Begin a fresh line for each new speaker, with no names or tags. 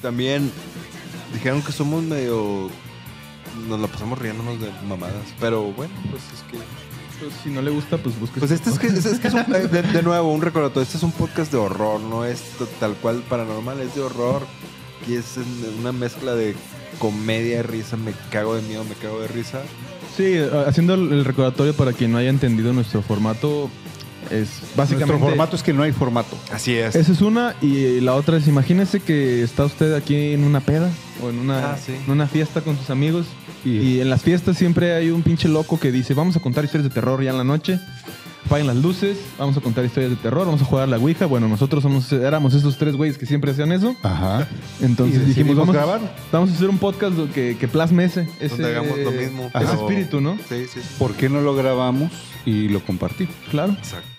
también dijeron que somos medio. Nos la pasamos riéndonos de mamadas. Pero bueno, pues es que.
Pues, si no le gusta, pues busque.
Pues este es que, este es, que es un- de, de nuevo, un recordatorio. Este es un podcast de horror, no es to- tal cual paranormal, es de horror. Y es en- una mezcla de comedia y risa. Me cago de miedo, me cago de risa.
Sí, haciendo el el recordatorio para quien no haya entendido nuestro formato, es básicamente...
Nuestro formato es que no hay formato.
Así es.
Esa es una y la otra es, imagínese que está usted aquí en una peda o en una,
Ah, sí.
en una fiesta con sus amigos
Y-
y en las fiestas siempre hay un pinche loco que dice, vamos a contar historias de terror ya en la noche, apaguen las luces, vamos a contar historias de terror, vamos a jugar a la Ouija. Bueno, nosotros somos, éramos esos tres güeyes que siempre hacían eso.
Ajá.
Entonces
Y
dijimos,
decidimos
vamos,
grabar.
vamos a hacer un podcast do- que, que plasme ese, ese,
Donde hagamos lo mismo.
ese
pero-
espíritu, ¿no?
Sí, sí, sí.
¿Por qué no lo grabamos y lo compartimos?
Claro.
Exacto.